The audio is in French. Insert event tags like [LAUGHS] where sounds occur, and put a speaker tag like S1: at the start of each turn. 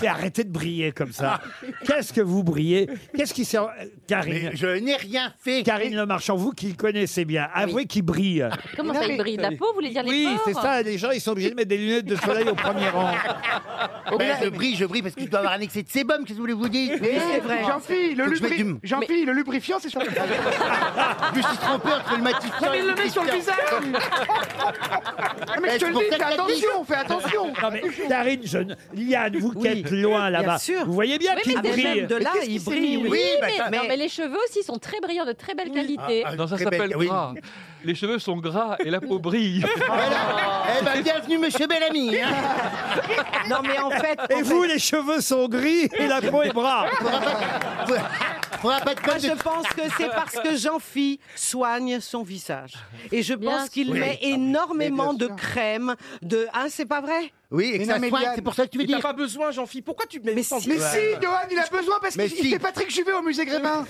S1: fait arrêter de briller comme ça. Qu'est-ce que vous brillez Qu'est-ce qui s'est. euh, Karine.
S2: Mais je n'ai rien fait.
S1: Karine Le Marchand, vous qui le connaissez bien, avouez qu'il brille.
S3: Comment ça, il brille de la peau, vous voulez dire les
S1: Oui,
S3: pores
S1: c'est ça, les gens, ils sont obligés de mettre des lunettes de soleil au premier rang.
S2: Ben, je brille, je brille parce qu'il doit avoir un excès de sébum, qu'est-ce que vous voulez vous dire
S4: Jean-Philippe, le,
S2: Faut que je mette
S4: lubri-
S2: du-
S4: Jean-Philippe, le lubrifiant, c'est sur le visage.
S2: Je me suis trompé entre le matifiant
S4: Mais il le met sur le visage Ah, Mais
S2: Eh,
S4: je te
S2: c'est
S4: le
S2: pour
S4: dis,
S2: ça
S4: fais
S2: que la
S4: attention, fais attention
S1: Non mais Karine, je ne- Liane, vous qui êtes loin là-bas,
S5: sûr.
S1: vous voyez bien
S3: Oui,
S1: qu'il
S3: mais
S5: Mais
S1: brille.
S5: même de là,
S4: qu'est-ce qui
S5: il
S4: s'est
S5: brille.
S4: mis,
S5: oui.
S3: Oui,
S2: Oui, bah,
S3: mais,
S2: ça-
S3: non, mais les cheveux aussi sont très brillants, de très belle qualité.
S2: Ah, ah,
S6: Non, ça
S2: très
S6: s'appelle
S2: belle- oui.
S6: gras. Les cheveux sont gras et la peau brille.
S2: Voilà. Eh ben, bienvenue, monsieur Bellamy.
S4: [LAUGHS]
S2: Hein.
S5: Non, mais en fait.
S1: Et vous, les cheveux sont gris et la peau est brave.
S2: Faudra pas, faudra- faudra
S4: Ah,
S2: pas de
S5: Moi,
S2: pomme de
S5: je pense que c'est parce que Jean-Phi soigne son visage. Et je
S3: Bien
S5: pense qu'il
S2: sûr.
S5: met
S2: Oui.
S5: énormément
S4: Mais bien
S5: de
S4: sûr.
S5: crème, de. Ah, c'est pas vrai?
S2: Oui, et que
S4: Mais
S2: ça
S4: non, mais
S2: soigne,
S4: Liane,
S2: c'est pour ça que tu veux
S7: Mais t'as
S2: dire.
S7: pas besoin, Jean-Philippe. Pourquoi tu te
S5: Mais
S7: mets sans-
S5: si.
S4: Mais si, Johan, il a besoin parce
S2: Mais
S4: qu'il il
S2: si.
S4: fait Patrick Juvet au musée Grévin